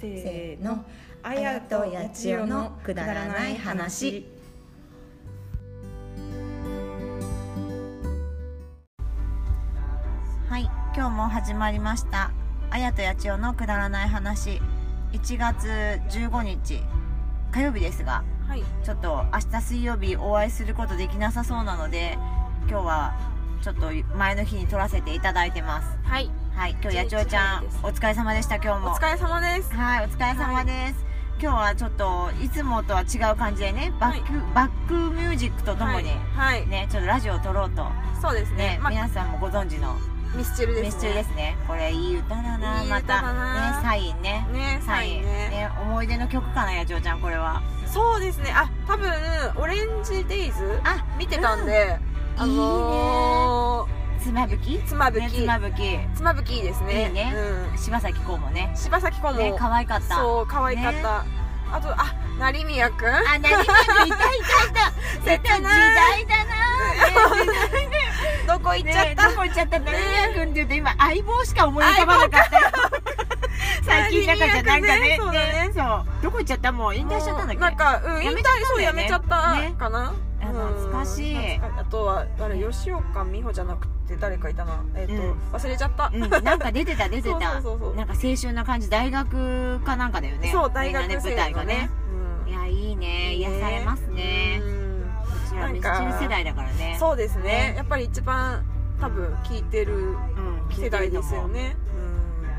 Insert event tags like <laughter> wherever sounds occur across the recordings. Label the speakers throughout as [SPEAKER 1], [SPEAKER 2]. [SPEAKER 1] せ
[SPEAKER 2] せ
[SPEAKER 1] ー
[SPEAKER 2] ーの
[SPEAKER 1] のあやとやちよのくだらない話
[SPEAKER 2] はい今日も始まりましたあやとやちおのくだらない話1月15日火曜日ですが
[SPEAKER 1] はい
[SPEAKER 2] ちょっと明日水曜日お会いすることできなさそうなので今日はちょっと前の日に撮らせていただいてます
[SPEAKER 1] はい
[SPEAKER 2] はい今日やちおちゃんお疲れ様でした今日
[SPEAKER 1] お
[SPEAKER 2] も
[SPEAKER 1] 疲れ様です
[SPEAKER 2] はい、お疲れ様です。今日はちょっといつもとは違う感じでね、バック、バックミュージックとともにね、
[SPEAKER 1] はい、はい、
[SPEAKER 2] ちょっとラジオを撮ろうと
[SPEAKER 1] そうですね
[SPEAKER 2] ね、
[SPEAKER 1] まあ
[SPEAKER 2] 皆さんもご存知の
[SPEAKER 1] ミスチルですね
[SPEAKER 2] ミスチルですね。これいい歌だな、
[SPEAKER 1] いい
[SPEAKER 2] ま
[SPEAKER 1] 歌だ
[SPEAKER 2] た
[SPEAKER 1] な
[SPEAKER 2] ね、サインね。
[SPEAKER 1] ねサインね
[SPEAKER 2] 思い出の曲かな、やちおちゃん、これは。
[SPEAKER 1] そうですねあ多分オレンジデイズ
[SPEAKER 2] あ、
[SPEAKER 1] 見てたんで、
[SPEAKER 2] うん
[SPEAKER 1] あの
[SPEAKER 2] つまぶき
[SPEAKER 1] ー、。つまぶき、
[SPEAKER 2] ね、つまぶき。
[SPEAKER 1] つまぶきいいですね
[SPEAKER 2] いいね
[SPEAKER 1] うん、
[SPEAKER 2] 柴咲コウもね。
[SPEAKER 1] 柴咲コウも、
[SPEAKER 2] ね、可愛かった。
[SPEAKER 1] そう可愛かっ
[SPEAKER 2] ね
[SPEAKER 1] た、あとあ成宮くん
[SPEAKER 2] あ、何々いたいたいた。絶
[SPEAKER 1] <laughs>
[SPEAKER 2] 対時代だな。ね
[SPEAKER 1] どこ行っちゃった、
[SPEAKER 2] ねえどこ行っちゃったんだ
[SPEAKER 1] ね
[SPEAKER 2] 何君って言うと今相棒しか思い浮かばなかったよ最近なんかじゃなんかね
[SPEAKER 1] そうだね
[SPEAKER 2] ねそうどこ行っちゃったもう引退しちゃったんだっけ
[SPEAKER 1] なんか、うん、
[SPEAKER 2] や
[SPEAKER 1] 引
[SPEAKER 2] め
[SPEAKER 1] 退
[SPEAKER 2] ちゃったんだよね
[SPEAKER 1] そうやめちゃった
[SPEAKER 2] ね
[SPEAKER 1] かな、
[SPEAKER 2] あ
[SPEAKER 1] うん
[SPEAKER 2] 懐かしい
[SPEAKER 1] 懐かあとはあれ吉岡美穂じゃなくて誰かいたなえっ、と、
[SPEAKER 2] うん
[SPEAKER 1] 忘れちゃった、
[SPEAKER 2] うん、
[SPEAKER 1] <laughs>
[SPEAKER 2] なんか出てた出てた
[SPEAKER 1] そうそうそうそう
[SPEAKER 2] なんか青春な感じ大学かなんかだよね
[SPEAKER 1] そう大学
[SPEAKER 2] みんなね
[SPEAKER 1] 生
[SPEAKER 2] 舞台
[SPEAKER 1] の
[SPEAKER 2] が
[SPEAKER 1] ね
[SPEAKER 2] ねいやいいね癒されますね
[SPEAKER 1] うん
[SPEAKER 2] こちら
[SPEAKER 1] なん
[SPEAKER 2] ミスチル
[SPEAKER 1] か
[SPEAKER 2] 世代だからね
[SPEAKER 1] そうですね
[SPEAKER 2] ね
[SPEAKER 1] やっぱり一番多分聞いてる
[SPEAKER 2] うん聞いて
[SPEAKER 1] 世
[SPEAKER 2] るのも
[SPEAKER 1] 代ですよね、うん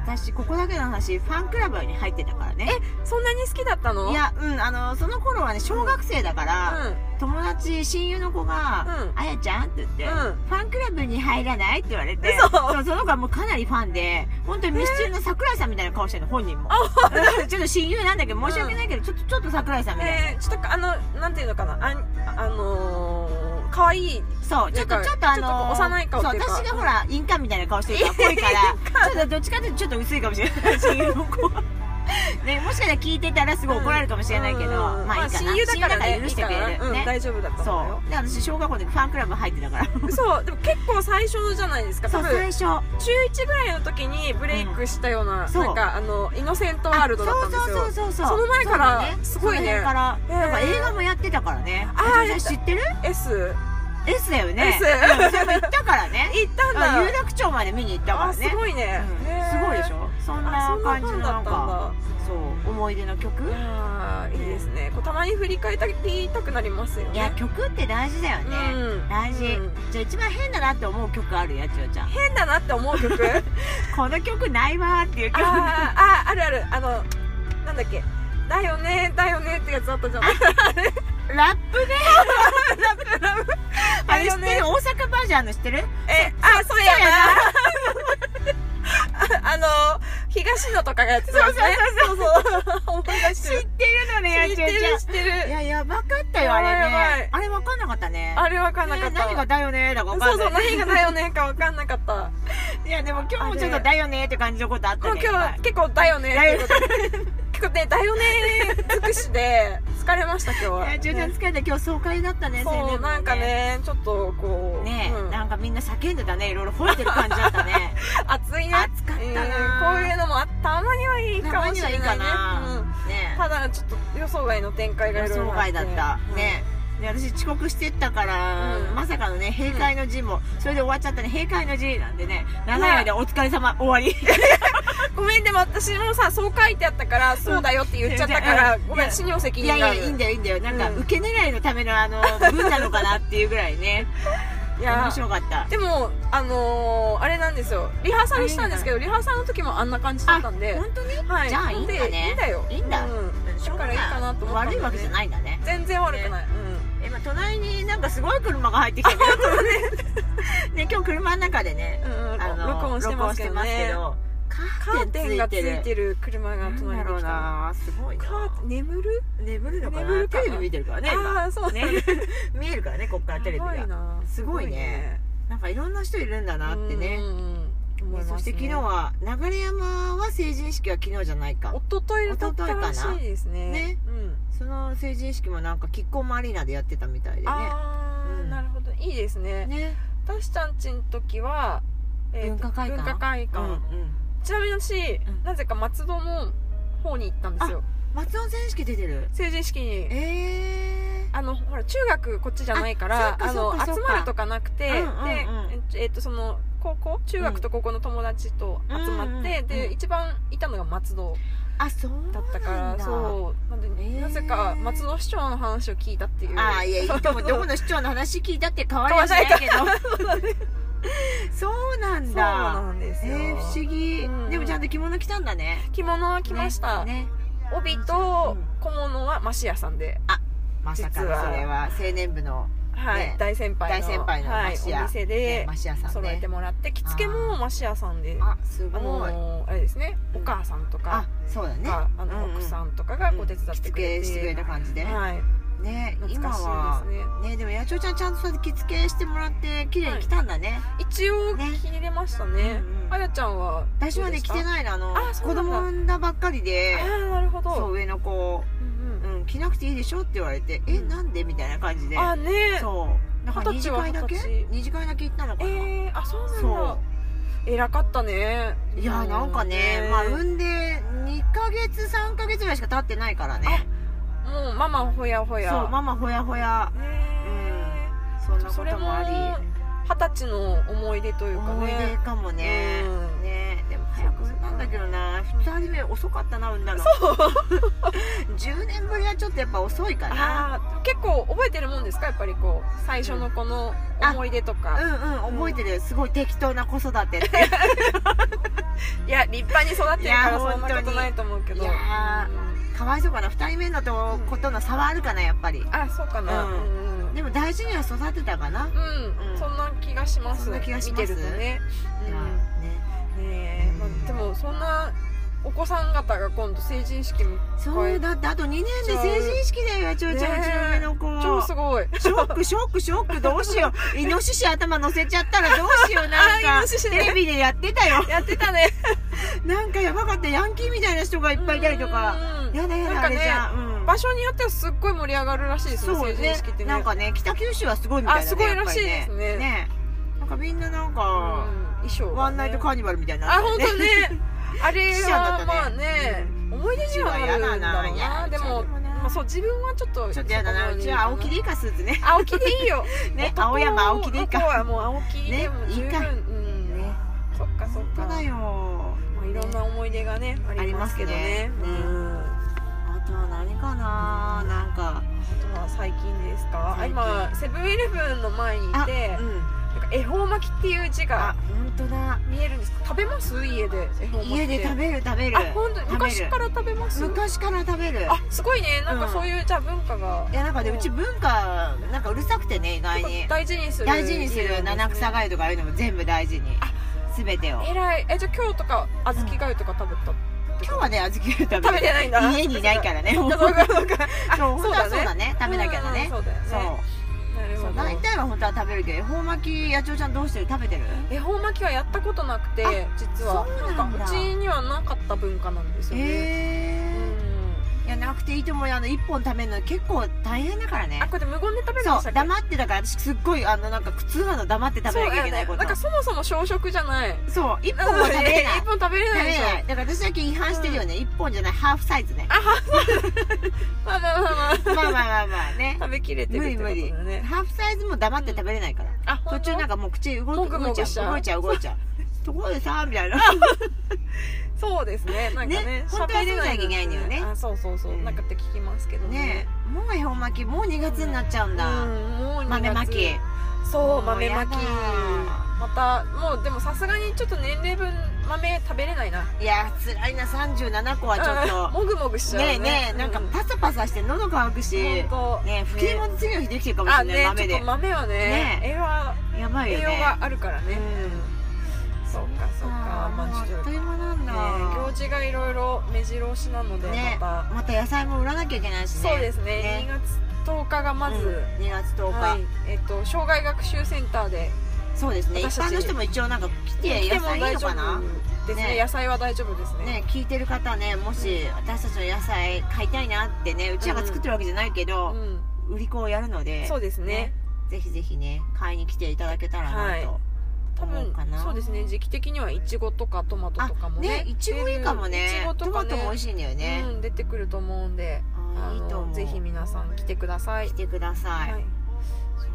[SPEAKER 2] 私ここだけの話ファンクラブに入ってたからね
[SPEAKER 1] そんなに好きだったの
[SPEAKER 2] いやうんあのその頃はね小学生だから、
[SPEAKER 1] う
[SPEAKER 2] 友達親友の子が
[SPEAKER 1] う
[SPEAKER 2] 「あやちゃん?」って言って、
[SPEAKER 1] うん
[SPEAKER 2] ファンクラブに入らない?」って言われて
[SPEAKER 1] 嘘
[SPEAKER 2] そうその子はもうかなりファンで本当にミスチルの桜井さんみたいな顔してるの本人も <laughs> ちょっと親友なんだけど申し訳ないけど、ちょっとちょっと桜井さん
[SPEAKER 1] ん
[SPEAKER 2] みたいな、
[SPEAKER 1] えー、ちょっとあのなんていうのかなあんあのー、可愛い
[SPEAKER 2] そうちょっ
[SPEAKER 1] な
[SPEAKER 2] と
[SPEAKER 1] んか
[SPEAKER 2] ちょっとあの
[SPEAKER 1] ちょっと幼い顔っていうか
[SPEAKER 2] そう私がほら印鑑みたいな顔してるから濃いからちょっとどっちかというとちょっと薄いかもしれない親友の子は。
[SPEAKER 1] <laughs>
[SPEAKER 2] ね、もしかしたら聞いてたらすごい怒られるかもしれないけど、
[SPEAKER 1] うん
[SPEAKER 2] まあいいかな
[SPEAKER 1] 親友だから,、ね、
[SPEAKER 2] 親友だから許してくれ
[SPEAKER 1] いい
[SPEAKER 2] る
[SPEAKER 1] か、なうん、
[SPEAKER 2] ね
[SPEAKER 1] 大丈夫だったと思うよ
[SPEAKER 2] そうで私小学校の時ファンクラブ入ってたから
[SPEAKER 1] そうでも結構最初のじゃないですか
[SPEAKER 2] そ
[SPEAKER 1] 多
[SPEAKER 2] う
[SPEAKER 1] 分
[SPEAKER 2] 最初
[SPEAKER 1] 中1ぐらいの時にブレイクしたような、
[SPEAKER 2] んそう
[SPEAKER 1] なんかあのイノセントワールドだったんですよ
[SPEAKER 2] そうそうそうそう
[SPEAKER 1] その前から
[SPEAKER 2] そうだね
[SPEAKER 1] すごいね
[SPEAKER 2] その辺から、
[SPEAKER 1] へー
[SPEAKER 2] なんか映画もやってたからね
[SPEAKER 1] あー
[SPEAKER 2] あ
[SPEAKER 1] や
[SPEAKER 2] あ
[SPEAKER 1] った
[SPEAKER 2] 知ってる
[SPEAKER 1] S
[SPEAKER 2] S だよね
[SPEAKER 1] <laughs> S
[SPEAKER 2] うんそれも行ったからね
[SPEAKER 1] 行ったんだ
[SPEAKER 2] うん有楽町まで見に行ったから
[SPEAKER 1] あ
[SPEAKER 2] ね
[SPEAKER 1] すごいね、
[SPEAKER 2] うん
[SPEAKER 1] ね
[SPEAKER 2] すごいでしょそん
[SPEAKER 1] あ
[SPEAKER 2] な
[SPEAKER 1] そんな
[SPEAKER 2] 感じ
[SPEAKER 1] ファ
[SPEAKER 2] の
[SPEAKER 1] ンだ
[SPEAKER 2] な
[SPEAKER 1] っ
[SPEAKER 2] ん
[SPEAKER 1] たん
[SPEAKER 2] か
[SPEAKER 1] だ
[SPEAKER 2] そう思い出の曲
[SPEAKER 1] いやーいいですねこうたまに振り返りたくなりますよね
[SPEAKER 2] いや曲って大事だよね
[SPEAKER 1] うん
[SPEAKER 2] 大事
[SPEAKER 1] うん
[SPEAKER 2] じゃあ一番変だなって思う曲あるやちよちゃん
[SPEAKER 1] 変だなって思
[SPEAKER 2] <laughs>
[SPEAKER 1] う曲
[SPEAKER 2] この曲ないわーっていう
[SPEAKER 1] あー
[SPEAKER 2] 曲あ
[SPEAKER 1] あーあるあるあのなんだっけだよねだよねってやつあったじゃん
[SPEAKER 2] ラップねあれ知ってる大阪バ
[SPEAKER 1] だよ
[SPEAKER 2] ージョンの知ってる
[SPEAKER 1] えあそうやな <laughs> あの東野とかがやってたんですねそうそうそう思い出
[SPEAKER 2] 知
[SPEAKER 1] し
[SPEAKER 2] って
[SPEAKER 1] る
[SPEAKER 2] てるのねや
[SPEAKER 1] 知
[SPEAKER 2] ち
[SPEAKER 1] っ
[SPEAKER 2] よ
[SPEAKER 1] て
[SPEAKER 2] ち
[SPEAKER 1] る
[SPEAKER 2] ゃん
[SPEAKER 1] 知って
[SPEAKER 2] い
[SPEAKER 1] る
[SPEAKER 2] や、やばかったよ、あ
[SPEAKER 1] や
[SPEAKER 2] れ
[SPEAKER 1] ばいやばい
[SPEAKER 2] ね。あれ分かんなかったね。
[SPEAKER 1] あれわかんなかっ
[SPEAKER 2] ね何が
[SPEAKER 1] た
[SPEAKER 2] だよねだか分か
[SPEAKER 1] そ
[SPEAKER 2] ん
[SPEAKER 1] う
[SPEAKER 2] な
[SPEAKER 1] そ
[SPEAKER 2] い。
[SPEAKER 1] う何がだよねかわかんなかった
[SPEAKER 2] いや、でも今日もちょっとだよねって感じのことあっ
[SPEAKER 1] も
[SPEAKER 2] た
[SPEAKER 1] う
[SPEAKER 2] ね。
[SPEAKER 1] 今日結構だよねっていうことで結構ねだよね尽くしで疲れました今日
[SPEAKER 2] い
[SPEAKER 1] は
[SPEAKER 2] や、ちゅうちゃん
[SPEAKER 1] ね
[SPEAKER 2] 疲れた。今日爽快だったね、青年
[SPEAKER 1] そ
[SPEAKER 2] 部
[SPEAKER 1] う
[SPEAKER 2] も
[SPEAKER 1] なんか。ねちょっとこう
[SPEAKER 2] ね
[SPEAKER 1] うん
[SPEAKER 2] なんかみんな叫んでたね。いろいろ吠えてる感じだったね。
[SPEAKER 1] 暑いね
[SPEAKER 2] 暑かったな
[SPEAKER 1] うんこういうのもあたまに <laughs> はいいかもしれな
[SPEAKER 2] たまには
[SPEAKER 1] いね
[SPEAKER 2] いいかな
[SPEAKER 1] うん
[SPEAKER 2] ね
[SPEAKER 1] ただちょっと予想外の展開がい
[SPEAKER 2] 予
[SPEAKER 1] ろいろ
[SPEAKER 2] 想
[SPEAKER 1] あて
[SPEAKER 2] 外だった。ねで、私遅刻してったから
[SPEAKER 1] うん、
[SPEAKER 2] まさかのね、閉会の字も、それで終わっちゃったね。閉会の字なんでね、長い間お疲れ様、終わり。
[SPEAKER 1] うんごめんでも私もさそう書いてあったからそうだよって言っちゃったから
[SPEAKER 2] うん
[SPEAKER 1] ごめ
[SPEAKER 2] い
[SPEAKER 1] ん
[SPEAKER 2] や
[SPEAKER 1] 死に責
[SPEAKER 2] いや
[SPEAKER 1] 任
[SPEAKER 2] い
[SPEAKER 1] があ
[SPEAKER 2] や、
[SPEAKER 1] る
[SPEAKER 2] いいんだよ、いいんだよ。なんか、
[SPEAKER 1] うん
[SPEAKER 2] 受け狙いのためのあの、文なのかなっていうぐらいね。
[SPEAKER 1] いや
[SPEAKER 2] 面白かった。
[SPEAKER 1] でもあのーあれなんですよリハーサルしたんですけどリハーサルの時もあんな感じだったんで
[SPEAKER 2] 本当に、
[SPEAKER 1] はい
[SPEAKER 2] じゃあいいんだ
[SPEAKER 1] で
[SPEAKER 2] ね
[SPEAKER 1] いいんだよ
[SPEAKER 2] いいんだ
[SPEAKER 1] うん、だからいいかなと思った
[SPEAKER 2] 悪
[SPEAKER 1] んだよね
[SPEAKER 2] いわけじゃないんだね
[SPEAKER 1] 全然悪くない、
[SPEAKER 2] え、まあ、隣になんかすごい車が入ってきたけど <laughs> ね今日車の中でね
[SPEAKER 1] う、ん、うん、
[SPEAKER 2] あの
[SPEAKER 1] 録音してますけど
[SPEAKER 2] 録
[SPEAKER 1] ね
[SPEAKER 2] 音してますけ
[SPEAKER 1] カ
[SPEAKER 2] どカ
[SPEAKER 1] ー
[SPEAKER 2] ーテ
[SPEAKER 1] テ
[SPEAKER 2] ン
[SPEAKER 1] ンがつ
[SPEAKER 2] ついて
[SPEAKER 1] い
[SPEAKER 2] る
[SPEAKER 1] てる車が隣
[SPEAKER 2] なん
[SPEAKER 1] に
[SPEAKER 2] だろう
[SPEAKER 1] 来た
[SPEAKER 2] なすごいな
[SPEAKER 1] カーテン眠る
[SPEAKER 2] 眠るのかな
[SPEAKER 1] 眠るかな
[SPEAKER 2] テレビ見てるからね
[SPEAKER 1] あ
[SPEAKER 2] <laughs>
[SPEAKER 1] あそう
[SPEAKER 2] 今ね見えるからねこっからテレビ
[SPEAKER 1] やばい
[SPEAKER 2] が
[SPEAKER 1] な
[SPEAKER 2] すごいねなんかいろんな人いるんだなってね
[SPEAKER 1] うんうんうん思いますね
[SPEAKER 2] そして昨日は流山は成人式は昨日じゃないか
[SPEAKER 1] 一昨日だったらしいですね
[SPEAKER 2] ね
[SPEAKER 1] うん
[SPEAKER 2] その成人式もなんかキッコーマアリーナでやってたみたいでね
[SPEAKER 1] ああ、
[SPEAKER 2] うん
[SPEAKER 1] なるほどいいですね
[SPEAKER 2] ね
[SPEAKER 1] 私ちゃんちの時は、えーと
[SPEAKER 2] 文化会館
[SPEAKER 1] 文化会館
[SPEAKER 2] うんうん
[SPEAKER 1] ちなみに私、なぜか松戸の方に行ったんですよ
[SPEAKER 2] 松尾選手権出てる
[SPEAKER 1] 成人式に
[SPEAKER 2] え
[SPEAKER 1] あのほら中学こっちじゃないから
[SPEAKER 2] あ
[SPEAKER 1] あ
[SPEAKER 2] そっか
[SPEAKER 1] の
[SPEAKER 2] そっかそっか
[SPEAKER 1] 集まるとかなくて、
[SPEAKER 2] うんうんうん
[SPEAKER 1] でえっとその高校中学と高校の友達と集まって、
[SPEAKER 2] うんうんう
[SPEAKER 1] で
[SPEAKER 2] ん
[SPEAKER 1] 一番いたのが松戸
[SPEAKER 2] あそうなん
[SPEAKER 1] だったからそうなんで、
[SPEAKER 2] へー
[SPEAKER 1] なぜか松戸市長の話を聞いたっていう
[SPEAKER 2] ああいやいいと
[SPEAKER 1] <laughs>
[SPEAKER 2] もどこの市長の話聞いたって変わらないけどそうなん
[SPEAKER 1] そう
[SPEAKER 2] だ
[SPEAKER 1] なんです
[SPEAKER 2] えー、
[SPEAKER 1] よ、
[SPEAKER 2] 不思議、
[SPEAKER 1] うん
[SPEAKER 2] でもちゃんと着物着たんだね
[SPEAKER 1] 着物は着ました、
[SPEAKER 2] ねね
[SPEAKER 1] 帯と
[SPEAKER 2] うん
[SPEAKER 1] 小物はマシヤさんで、
[SPEAKER 2] まさかの
[SPEAKER 1] 実は
[SPEAKER 2] それは青年部の、
[SPEAKER 1] はい
[SPEAKER 2] ね
[SPEAKER 1] 大先輩
[SPEAKER 2] 大
[SPEAKER 1] の
[SPEAKER 2] 先輩の
[SPEAKER 1] はい、
[SPEAKER 2] マシヤ
[SPEAKER 1] お店
[SPEAKER 2] ね
[SPEAKER 1] で
[SPEAKER 2] マシアさんね
[SPEAKER 1] 揃えてもらって着付けもマシヤさんであ
[SPEAKER 2] あすごい、
[SPEAKER 1] のあれですね
[SPEAKER 2] う
[SPEAKER 1] お
[SPEAKER 2] ん
[SPEAKER 1] 母さんと
[SPEAKER 2] あ
[SPEAKER 1] か、
[SPEAKER 2] そうだね
[SPEAKER 1] があの、
[SPEAKER 2] うんうん
[SPEAKER 1] 奥さんとかがこう手伝っ
[SPEAKER 2] 着
[SPEAKER 1] てく
[SPEAKER 2] 付
[SPEAKER 1] れ
[SPEAKER 2] けしてくれ
[SPEAKER 1] て、
[SPEAKER 2] た感じで、
[SPEAKER 1] はい、
[SPEAKER 2] ね今
[SPEAKER 1] 懐かし
[SPEAKER 2] はい
[SPEAKER 1] ですね
[SPEAKER 2] ねでも野鳥ちゃんちゃんとそうやって着付けしてもらって綺麗に着たんだね、
[SPEAKER 1] 一応
[SPEAKER 2] ね
[SPEAKER 1] 着れましたね
[SPEAKER 2] うんうん
[SPEAKER 1] あやちゃんは
[SPEAKER 2] 私はね着て
[SPEAKER 1] い
[SPEAKER 2] ないのあの
[SPEAKER 1] あそ
[SPEAKER 2] 子
[SPEAKER 1] うなんだ
[SPEAKER 2] 供産んだばっかりで
[SPEAKER 1] あーなるほど
[SPEAKER 2] そう上の子、
[SPEAKER 1] うん
[SPEAKER 2] うん、着なくていいでしょって言われて、え
[SPEAKER 1] うん
[SPEAKER 2] なんでみたいな感じ
[SPEAKER 1] う
[SPEAKER 2] で
[SPEAKER 1] ん、あね
[SPEAKER 2] そうだから
[SPEAKER 1] 二
[SPEAKER 2] 二
[SPEAKER 1] 十
[SPEAKER 2] 次
[SPEAKER 1] 歳は
[SPEAKER 2] 会だけ
[SPEAKER 1] 二十歳
[SPEAKER 2] 二次会だけ行ったのかな、
[SPEAKER 1] えー、あそうなんだ
[SPEAKER 2] そ
[SPEAKER 1] 偉かったね
[SPEAKER 2] ういやなんかね、まあ産んで2ヶ月3ヶ月ぐらいしか経ってないからね
[SPEAKER 1] もうママほやほや
[SPEAKER 2] そうママほやほや
[SPEAKER 1] ね
[SPEAKER 2] そんなこともあり
[SPEAKER 1] それも二十歳の思い出というかね
[SPEAKER 2] 思い出かもね、
[SPEAKER 1] うん
[SPEAKER 2] ねでも早く産んだんだけどな
[SPEAKER 1] うか
[SPEAKER 2] 2人目遅かったな産んだの10年ぶりはちょっとやっぱ遅いかな
[SPEAKER 1] あー結構覚えてるもんですかやっぱりこう最初のこの思い出とか、
[SPEAKER 2] うんうん覚えてるすごい適当な子育てって
[SPEAKER 1] いや立派に育ってるか
[SPEAKER 2] いや
[SPEAKER 1] らそんなことないと思うけど
[SPEAKER 2] いやかわいそうかな2人目のとことの差はあるかなやっぱり
[SPEAKER 1] うんあそうかな
[SPEAKER 2] うん
[SPEAKER 1] うんうん
[SPEAKER 2] でも大事には育てたかな、
[SPEAKER 1] うん
[SPEAKER 2] うん
[SPEAKER 1] そんな気がします
[SPEAKER 2] そんな気がします
[SPEAKER 1] 見てるとね,、
[SPEAKER 2] いやね
[SPEAKER 1] うん、ねえ、まあ、でもそんなお子さん方が今度成人式も
[SPEAKER 2] そ
[SPEAKER 1] これ
[SPEAKER 2] うだってあと2年で成人式だよ八千代ちゃんう
[SPEAKER 1] ね
[SPEAKER 2] ちの上の子
[SPEAKER 1] 超すごい
[SPEAKER 2] ショックショックショックどうしようイノシシ頭乗せちゃったらどうしようなん
[SPEAKER 1] あーイ
[SPEAKER 2] か
[SPEAKER 1] ノシシね
[SPEAKER 2] テレビでやってたよ
[SPEAKER 1] やってたね
[SPEAKER 2] なんかやばかったヤンキーみたいな人がいっぱいいたりとか
[SPEAKER 1] うん
[SPEAKER 2] やだや
[SPEAKER 1] なん
[SPEAKER 2] だ
[SPEAKER 1] か
[SPEAKER 2] あれじゃ
[SPEAKER 1] ね
[SPEAKER 2] うん
[SPEAKER 1] 場所によってはすっごい盛り上がるらしいですね
[SPEAKER 2] そう
[SPEAKER 1] 成人
[SPEAKER 2] ね
[SPEAKER 1] 式ってね
[SPEAKER 2] なんかね北九州はすごいみたいな、ね、
[SPEAKER 1] あすごい
[SPEAKER 2] やっぱり
[SPEAKER 1] らしいですね
[SPEAKER 2] ねなんかみんななん
[SPEAKER 1] うん
[SPEAKER 2] か、
[SPEAKER 1] 衣装がね
[SPEAKER 2] ワンナイトカーニバルみたいにな
[SPEAKER 1] あ
[SPEAKER 2] ってる
[SPEAKER 1] 本
[SPEAKER 2] ね <laughs>
[SPEAKER 1] 当ね <laughs> あれ
[SPEAKER 2] 記者だっ
[SPEAKER 1] は
[SPEAKER 2] たね
[SPEAKER 1] まあね思い出にはなるんだろう
[SPEAKER 2] うちは嫌だ
[SPEAKER 1] な
[SPEAKER 2] な
[SPEAKER 1] でも
[SPEAKER 2] うちはでもな
[SPEAKER 1] まあそう自分はちょっと
[SPEAKER 2] ちょっとやだなうちは青木でいいかスーツね
[SPEAKER 1] 青木でいいよ
[SPEAKER 2] <laughs> ね
[SPEAKER 1] 男
[SPEAKER 2] 青山青木でいいか
[SPEAKER 1] 男はもう青木で
[SPEAKER 2] ね
[SPEAKER 1] も十分
[SPEAKER 2] いいか
[SPEAKER 1] うん
[SPEAKER 2] ね
[SPEAKER 1] そっかそっ
[SPEAKER 2] 本当
[SPEAKER 1] か
[SPEAKER 2] だよ
[SPEAKER 1] まあいろんな思い出がねありますけどね
[SPEAKER 2] ありますね
[SPEAKER 1] うん
[SPEAKER 2] あとは何かななんか
[SPEAKER 1] あとは最近ですかあ
[SPEAKER 2] 最近
[SPEAKER 1] 今セブンイレブンの前にいて
[SPEAKER 2] あ
[SPEAKER 1] なん
[SPEAKER 2] うん
[SPEAKER 1] か恵方巻きっていう字
[SPEAKER 2] あ
[SPEAKER 1] が
[SPEAKER 2] 本当だ
[SPEAKER 1] 見えるんです食べます家で恵方巻きって
[SPEAKER 2] 家で食べる食べる
[SPEAKER 1] あ本
[SPEAKER 2] 食
[SPEAKER 1] 当に
[SPEAKER 2] べる
[SPEAKER 1] 昔から食べます
[SPEAKER 2] 昔から食べる
[SPEAKER 1] あすごいねなんかそういう、じゃあ文化が
[SPEAKER 2] いやなんかねうち文化なんかうるさくてね意外に
[SPEAKER 1] 大事にする
[SPEAKER 2] 大事にする七草
[SPEAKER 1] が
[SPEAKER 2] がゆとかああいうのも全部大事に全てを
[SPEAKER 1] えらいえじゃあ今日とか小豆がゆとか食べた、
[SPEAKER 2] 今日はね小豆がゆ
[SPEAKER 1] 食べ
[SPEAKER 2] 食べ
[SPEAKER 1] てないんだ
[SPEAKER 2] る家にいないからねもう
[SPEAKER 1] <laughs> そうかそうかあ
[SPEAKER 2] そう本当はそうだね食べなきゃだ
[SPEAKER 1] うん
[SPEAKER 2] ね
[SPEAKER 1] そうだよね
[SPEAKER 2] そう
[SPEAKER 1] なる
[SPEAKER 2] そう
[SPEAKER 1] ほ
[SPEAKER 2] 大
[SPEAKER 1] ど
[SPEAKER 2] 体は本当は食べるけど恵方巻き野鳥ちゃんどうしてる食べてる
[SPEAKER 1] 恵方巻きはやったことなくて
[SPEAKER 2] あ
[SPEAKER 1] 実は
[SPEAKER 2] そうなんだ
[SPEAKER 1] かうちにはなかった文化なんですよね、う
[SPEAKER 2] へ
[SPEAKER 1] ん
[SPEAKER 2] えいやなくていいと思うよあの1本食べるの結構大変だからね
[SPEAKER 1] あこれで無言で食べるんでし
[SPEAKER 2] そ
[SPEAKER 1] た
[SPEAKER 2] う
[SPEAKER 1] っけ
[SPEAKER 2] 黙ってだから私すっごいあのなんか苦痛なの黙って食べなきゃいけないこ
[SPEAKER 1] そうだよ
[SPEAKER 2] と
[SPEAKER 1] ねなんかそもそも小食じゃない
[SPEAKER 2] そう一本は食べれない
[SPEAKER 1] 一本食べれ
[SPEAKER 2] 食
[SPEAKER 1] な
[SPEAKER 2] べ
[SPEAKER 1] い
[SPEAKER 2] れ
[SPEAKER 1] でしょ
[SPEAKER 2] ないだから私だけ違反してるよね、一本じゃないハーフサイズね
[SPEAKER 1] まあまあまあまあ
[SPEAKER 2] まあまあまあまあね
[SPEAKER 1] 食べきれてる
[SPEAKER 2] 無
[SPEAKER 1] って
[SPEAKER 2] 理
[SPEAKER 1] こ
[SPEAKER 2] 無
[SPEAKER 1] とだ
[SPEAKER 2] 理、
[SPEAKER 1] よね
[SPEAKER 2] ハーフサイズも黙って食べれないから、
[SPEAKER 1] あ本
[SPEAKER 2] 途
[SPEAKER 1] 当
[SPEAKER 2] 中なんかもう口動
[SPEAKER 1] も
[SPEAKER 2] く動
[SPEAKER 1] ぐも
[SPEAKER 2] いち
[SPEAKER 1] ぐしち
[SPEAKER 2] ゃ
[SPEAKER 1] ゃう
[SPEAKER 2] う動いちゃう動い
[SPEAKER 1] <laughs>
[SPEAKER 2] ちゃうところでさみたいな
[SPEAKER 1] そうですねなんかね
[SPEAKER 2] ね
[SPEAKER 1] 喋れ
[SPEAKER 2] 本当はそう
[SPEAKER 1] ない
[SPEAKER 2] じゃいけないんだよね
[SPEAKER 1] あそうそうそう、
[SPEAKER 2] うん
[SPEAKER 1] なんかって聞きますけど
[SPEAKER 2] ね
[SPEAKER 1] ね
[SPEAKER 2] えもう恵方巻きもう2月になっちゃうん
[SPEAKER 1] うん
[SPEAKER 2] だ、
[SPEAKER 1] もう2月
[SPEAKER 2] 豆巻き
[SPEAKER 1] そう豆巻き
[SPEAKER 2] もうや
[SPEAKER 1] またもうでもさすがにちょっと年齢分豆食べれないない
[SPEAKER 2] や辛いな37個はちょっ
[SPEAKER 1] <laughs> もぐもぐし
[SPEAKER 2] と
[SPEAKER 1] ちゃう
[SPEAKER 2] ねえ
[SPEAKER 1] よ
[SPEAKER 2] ねえなんかパサパサして喉乾くし、
[SPEAKER 1] うんほんと
[SPEAKER 2] ねえ吹き出物次の日できてるかもし
[SPEAKER 1] あ
[SPEAKER 2] れない
[SPEAKER 1] ね
[SPEAKER 2] 豆
[SPEAKER 1] ちょっ
[SPEAKER 2] で
[SPEAKER 1] と豆はね
[SPEAKER 2] ね
[SPEAKER 1] 栄養は
[SPEAKER 2] やばいよ
[SPEAKER 1] 栄
[SPEAKER 2] ね
[SPEAKER 1] 養があるからね、
[SPEAKER 2] うん
[SPEAKER 1] そうかそうかま
[SPEAKER 2] もう
[SPEAKER 1] あちょ
[SPEAKER 2] あ
[SPEAKER 1] っ
[SPEAKER 2] っ
[SPEAKER 1] と
[SPEAKER 2] と
[SPEAKER 1] ね
[SPEAKER 2] いう間なんだ、
[SPEAKER 1] 行事がいろいろ目白押しなので
[SPEAKER 2] ね
[SPEAKER 1] また
[SPEAKER 2] また野菜も売らなきゃいけないしね
[SPEAKER 1] そうですね
[SPEAKER 2] ね
[SPEAKER 1] 2月10日がまず、
[SPEAKER 2] うん2月10日、
[SPEAKER 1] はいえっと障害学習センターで
[SPEAKER 2] そうですね一
[SPEAKER 1] 私たち
[SPEAKER 2] 般の人も一応なんか来て
[SPEAKER 1] 来
[SPEAKER 2] 野
[SPEAKER 1] ても
[SPEAKER 2] 菜いい
[SPEAKER 1] 大
[SPEAKER 2] の
[SPEAKER 1] 丈
[SPEAKER 2] かな
[SPEAKER 1] 夫ですね
[SPEAKER 2] ね
[SPEAKER 1] 野菜は大丈夫ですね
[SPEAKER 2] ね聞いてる方ねもし私たちの野菜買いたいなってねうちらが作ってるわけじゃないけ
[SPEAKER 1] う
[SPEAKER 2] ど、
[SPEAKER 1] ん、
[SPEAKER 2] 売り子をやるので
[SPEAKER 1] そうですね
[SPEAKER 2] ぜひぜひね買いに来ていただけたらなと、
[SPEAKER 1] はい多
[SPEAKER 2] 思う
[SPEAKER 1] 分
[SPEAKER 2] かな
[SPEAKER 1] そうですね時期的にはいちごとかトマトとかもね
[SPEAKER 2] ねいちごいいかもね
[SPEAKER 1] いちごと
[SPEAKER 2] ト
[SPEAKER 1] か
[SPEAKER 2] マ
[SPEAKER 1] ね
[SPEAKER 2] トも美味しいんだよね、
[SPEAKER 1] うん、出てくると思うんで
[SPEAKER 2] あ
[SPEAKER 1] あ
[SPEAKER 2] ーいいと思
[SPEAKER 1] の
[SPEAKER 2] う
[SPEAKER 1] ぜひ皆さん来てください
[SPEAKER 2] 来てください、
[SPEAKER 1] はい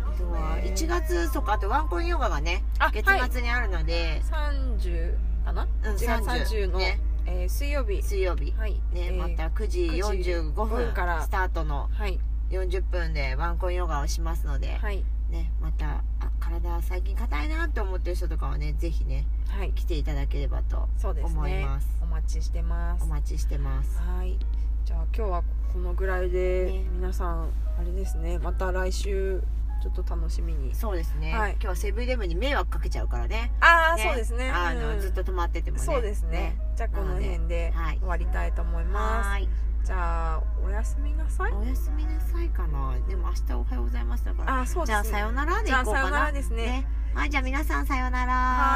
[SPEAKER 2] あとは
[SPEAKER 1] ね
[SPEAKER 2] 1月とかあとワンコインヨガがね
[SPEAKER 1] あ
[SPEAKER 2] 月
[SPEAKER 1] はい
[SPEAKER 2] 末にあるので、
[SPEAKER 1] 30かな、
[SPEAKER 2] うん
[SPEAKER 1] 1月30の、
[SPEAKER 2] ね
[SPEAKER 1] えー水曜日
[SPEAKER 2] 水曜日
[SPEAKER 1] はい、
[SPEAKER 2] ね、
[SPEAKER 1] えー
[SPEAKER 2] また9時
[SPEAKER 1] 9時
[SPEAKER 2] 45
[SPEAKER 1] 45
[SPEAKER 2] 分
[SPEAKER 1] から
[SPEAKER 2] スタートの
[SPEAKER 1] はい
[SPEAKER 2] 40分でワンコインヨガをしますので、
[SPEAKER 1] はい
[SPEAKER 2] ね、またあ体最近硬いなと思ってる人とかはねぜひね
[SPEAKER 1] はい
[SPEAKER 2] 来ていただければと
[SPEAKER 1] そうです
[SPEAKER 2] 思い
[SPEAKER 1] ね
[SPEAKER 2] ます
[SPEAKER 1] お待ちしてます
[SPEAKER 2] お待ちしてます
[SPEAKER 1] はいじゃあ今日はこのぐらいで、
[SPEAKER 2] ね
[SPEAKER 1] 皆さんあれですねまた来週ちょっと楽しみに
[SPEAKER 2] そうですね、
[SPEAKER 1] はい
[SPEAKER 2] 今日セブンイレブンに迷惑かけちゃうからね
[SPEAKER 1] ああ、
[SPEAKER 2] ね
[SPEAKER 1] そうですね
[SPEAKER 2] あの、
[SPEAKER 1] うん
[SPEAKER 2] ずっと止まっててもね
[SPEAKER 1] そうですねじゃあこの辺で
[SPEAKER 2] はい
[SPEAKER 1] 終わりたいと思います、
[SPEAKER 2] はーい
[SPEAKER 1] じゃあおやすみなさい
[SPEAKER 2] おやすみなさいかなでも明日おはようございますだから
[SPEAKER 1] あそう
[SPEAKER 2] じ
[SPEAKER 1] です
[SPEAKER 2] ゃあさようならでい
[SPEAKER 1] じ
[SPEAKER 2] こう
[SPEAKER 1] ゃあ
[SPEAKER 2] か
[SPEAKER 1] さ
[SPEAKER 2] な
[SPEAKER 1] よならですね
[SPEAKER 2] ねはいじゃあ皆さんさようなら
[SPEAKER 1] はーい